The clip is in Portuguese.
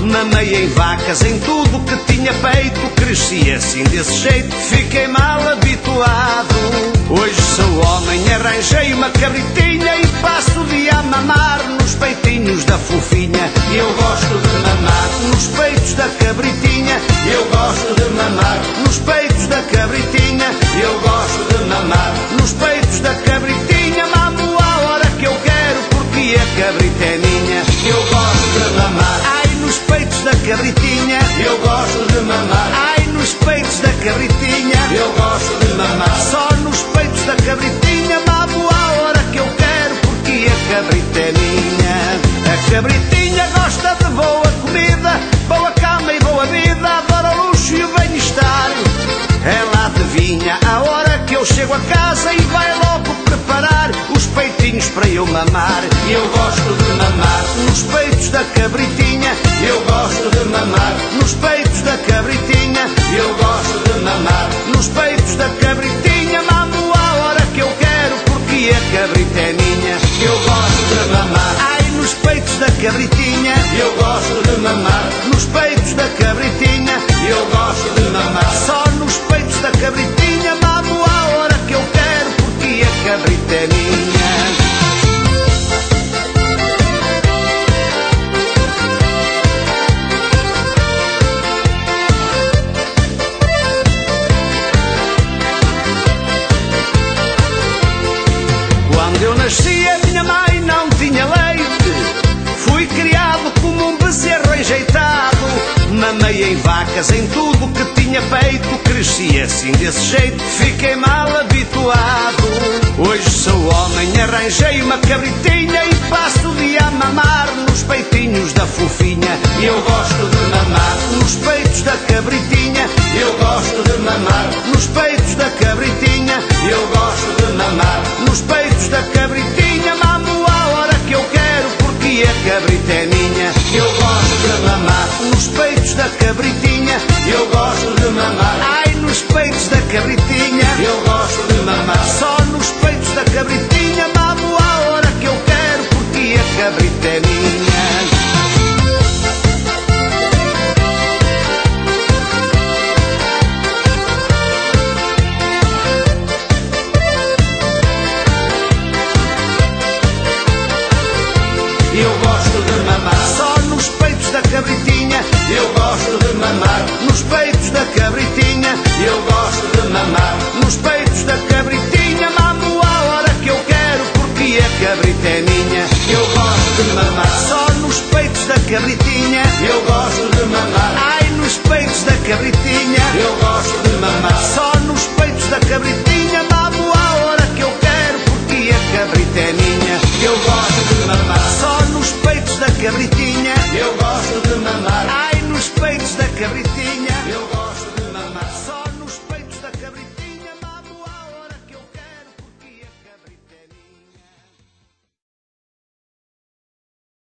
um mamei em vacas, em tudo que tinha peito. Cresci assim desse jeito, fiquei mal habituado. Hoje sou homem, arranjei uma cabritinha e passo o dia a mamar nos peitinhos da fofinha. Eu gosto de mamar nos peitos da cabritinha. Eu gosto de mamar nos peitos da cabritinha. Eu gosto de mamar nos peitos da cabritinha. Mamo a hora que eu quero porque a cabrita é minha. Eu gosto de mamar. Ai, nos peitos da cabritinha. Eu gosto de mamar. Ai, nos peitos da cabritinha. Eu gosto de mamar. Só nos peitos da cabritinha. Mamo a hora que eu quero porque a cabrita é minha. A cabritinha gosta de boa comida, boa cama e boa vida. Adora o luxo e o bem-estar. Ela adivinha a hora que eu chego a casa e vai logo preparar os peitinhos para eu mamar. Eu gosto de mamar nos peitos da cabritinha. Eu gosto de mamar nos peitos da cabritinha. Eu gosto de mamar nos peitos da cabritinha. Mamo a hora que eu quero porque a cabrita é minha. Eu gosto de mamar. Ai, nos peitos da cabritinha. Eu gosto de mamar nos peitos da cabritinha. Eu gosto de mamar. Só nos peitos da cabritinha mamo a hora que eu quero porque a cabrita é minha. Quando eu nasci, a minha mãe não tinha leite. Fui criado como um bezerro rejeitado. Mamei em vacas, em tudo que tinha peito. Cresci assim desse jeito, fiquei mal habituado. Hoje sou homem, arranjei uma cabritinha e passo o dia a mamar nos peitinhos da fofinha. Eu gosto de mamar nos peitos da cabritinha. Eu gosto de mamar nos peitos da cabritinha. Eu gosto de mamar nos peitos da cabritinha. Mamo a hora que eu quero porque a cabrita é minha. Eu gosto de mamar nos peitos da cabritinha. Eu gosto de mamar. Ai, nos peitos da cabritinha. Eu gosto de mamar. Só nos peitos da cabritinha. Mamo a hora que eu quero porque a cabrita é minha. Eu gosto de mamar só nos peitos da cabritinha. Eu gosto de mamar nos peitos da cabritinha. Eu gosto de mamar nos peitos da cabritinha. Mamo a hora que eu quero porque a cabrita é minha. Eu gosto de mamar só nos peitos da cabritinha. Eu gosto de mamar. Ai, nos peitos da cabritinha. Eu gosto de mamar só nos peitos da cabritinha. é é